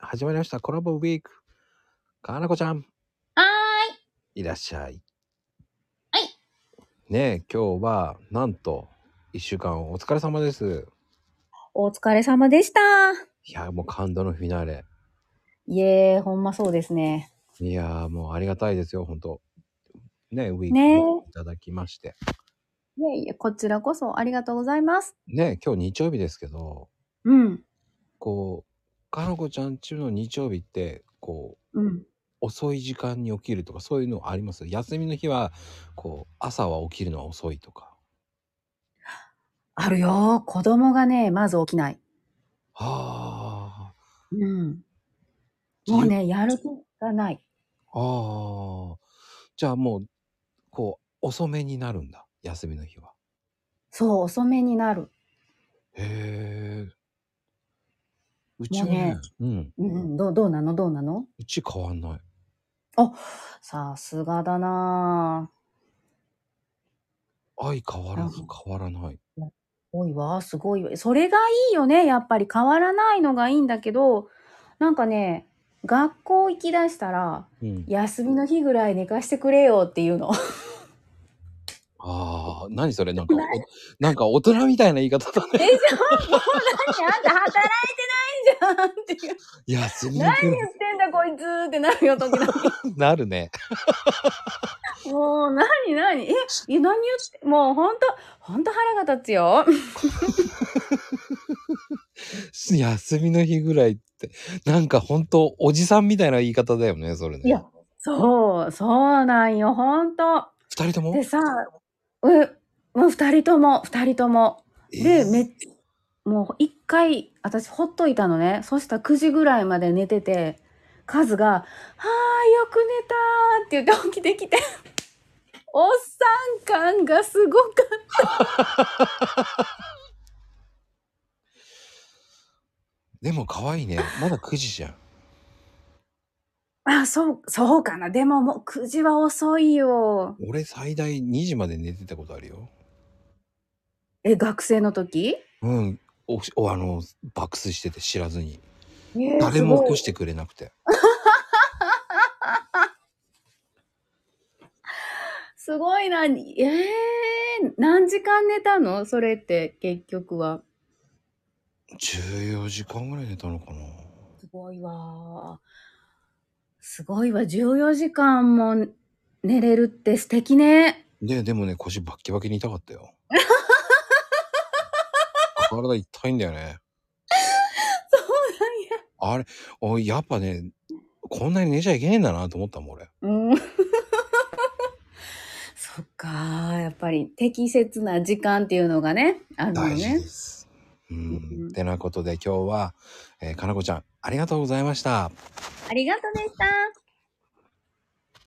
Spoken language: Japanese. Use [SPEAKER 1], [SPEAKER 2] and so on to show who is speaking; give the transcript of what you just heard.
[SPEAKER 1] 始まりました。コラボウィーク。かなこちゃん、
[SPEAKER 2] はーい。
[SPEAKER 1] いらっしゃい。
[SPEAKER 2] はい。
[SPEAKER 1] ねえ、今日は、なんと、一週間お疲れ様です。
[SPEAKER 2] お疲れ様でした。
[SPEAKER 1] いや、もう感動のフィナーレ。
[SPEAKER 2] いえー、ほんまそうですね。
[SPEAKER 1] いやー、もうありがたいですよ、本当ねえ、ウィーク
[SPEAKER 2] ねえ
[SPEAKER 1] もいただきまして。
[SPEAKER 2] いやいや、こちらこそありがとうございます。
[SPEAKER 1] ねえ、今日日曜日ですけど、
[SPEAKER 2] うん。
[SPEAKER 1] こう、かなこちゃん中の日曜日って、こう、
[SPEAKER 2] うん。
[SPEAKER 1] 遅い時間に起きるとかそういうのあります休みの日はこう朝は起きるのは遅いとか
[SPEAKER 2] あるよ。子供がね、まず起きない。
[SPEAKER 1] あ
[SPEAKER 2] うん。
[SPEAKER 1] あ
[SPEAKER 2] もうね、やる気がない。
[SPEAKER 1] ああじゃあもうこう遅めになるんだ休みの日は
[SPEAKER 2] そう、遅めになる。
[SPEAKER 1] へえうちは
[SPEAKER 2] もう
[SPEAKER 1] ね
[SPEAKER 2] ね
[SPEAKER 1] うん
[SPEAKER 2] うんうん。どう、どうなのどうなの
[SPEAKER 1] うち変わんない
[SPEAKER 2] さすがだなぁ。
[SPEAKER 1] 愛変わらず
[SPEAKER 2] あ
[SPEAKER 1] 変わらない
[SPEAKER 2] 多いわ。すごいわ。それがいいよね。やっぱり変わらないのがいいんだけど、なんかね、学校行き出したら、
[SPEAKER 1] うん
[SPEAKER 2] 休みの日ぐらい寝かしてくれよっていうの。
[SPEAKER 1] ああ何それなんかお
[SPEAKER 2] な
[SPEAKER 1] なんか大人みたいな 言い方だ
[SPEAKER 2] え、
[SPEAKER 1] ね
[SPEAKER 2] じゃあ、もう何あんた働いてないじゃんっていう。
[SPEAKER 1] 休みの
[SPEAKER 2] 何
[SPEAKER 1] 日
[SPEAKER 2] 言ってんだこいつってなるよ、時々。
[SPEAKER 1] なるね
[SPEAKER 2] もう、何何え、え、何言って、もうほんと、ほんと腹が立つよ。
[SPEAKER 1] 休みの日ぐらいってなんか本当おじさんみたいな言い方だよねそれね
[SPEAKER 2] いやそう、そうなんよ、ほんと。
[SPEAKER 1] 二人とも
[SPEAKER 2] でさ、う、もう二人とも、二人とも。
[SPEAKER 1] え
[SPEAKER 2] で、
[SPEAKER 1] ー
[SPEAKER 2] めっもう一回、私ほっといたのね。そしたら9時ぐらいまで寝てて、カズが、はあよく寝たーって言って起きてき て、おっさん感がすごかった。
[SPEAKER 1] でも可愛いねまだ9時じゃん
[SPEAKER 2] あ、そう、そうかな。でももう9時は遅いよ。
[SPEAKER 1] 俺最大2時まで寝てたことあるよ
[SPEAKER 2] え、学生の時
[SPEAKER 1] うんおしおあの爆睡してて知らずに
[SPEAKER 2] えー
[SPEAKER 1] 誰も起
[SPEAKER 2] すご
[SPEAKER 1] こ
[SPEAKER 2] い
[SPEAKER 1] してくれなくて
[SPEAKER 2] すごいな。えー、何時間寝たのそれって結局は。
[SPEAKER 1] 14時間ぐらい寝たのかな
[SPEAKER 2] すごいわー。すごいわ。14時間も寝れるって素敵ね。
[SPEAKER 1] ででもね腰バッキバキに痛かった よ体痛いんだよね
[SPEAKER 2] そ
[SPEAKER 1] あれおいやっぱねこんなに寝ちゃいけねえんだなと思ったもん俺
[SPEAKER 2] うなん や。うん。そっかー。やっぱり適切な時間っていうのがね、あるの
[SPEAKER 1] 大事
[SPEAKER 2] ね
[SPEAKER 1] で。す。うん
[SPEAKER 2] うん
[SPEAKER 1] てなことで今日は、えーかなこちゃんありがとうございました。
[SPEAKER 2] ありがとうでした。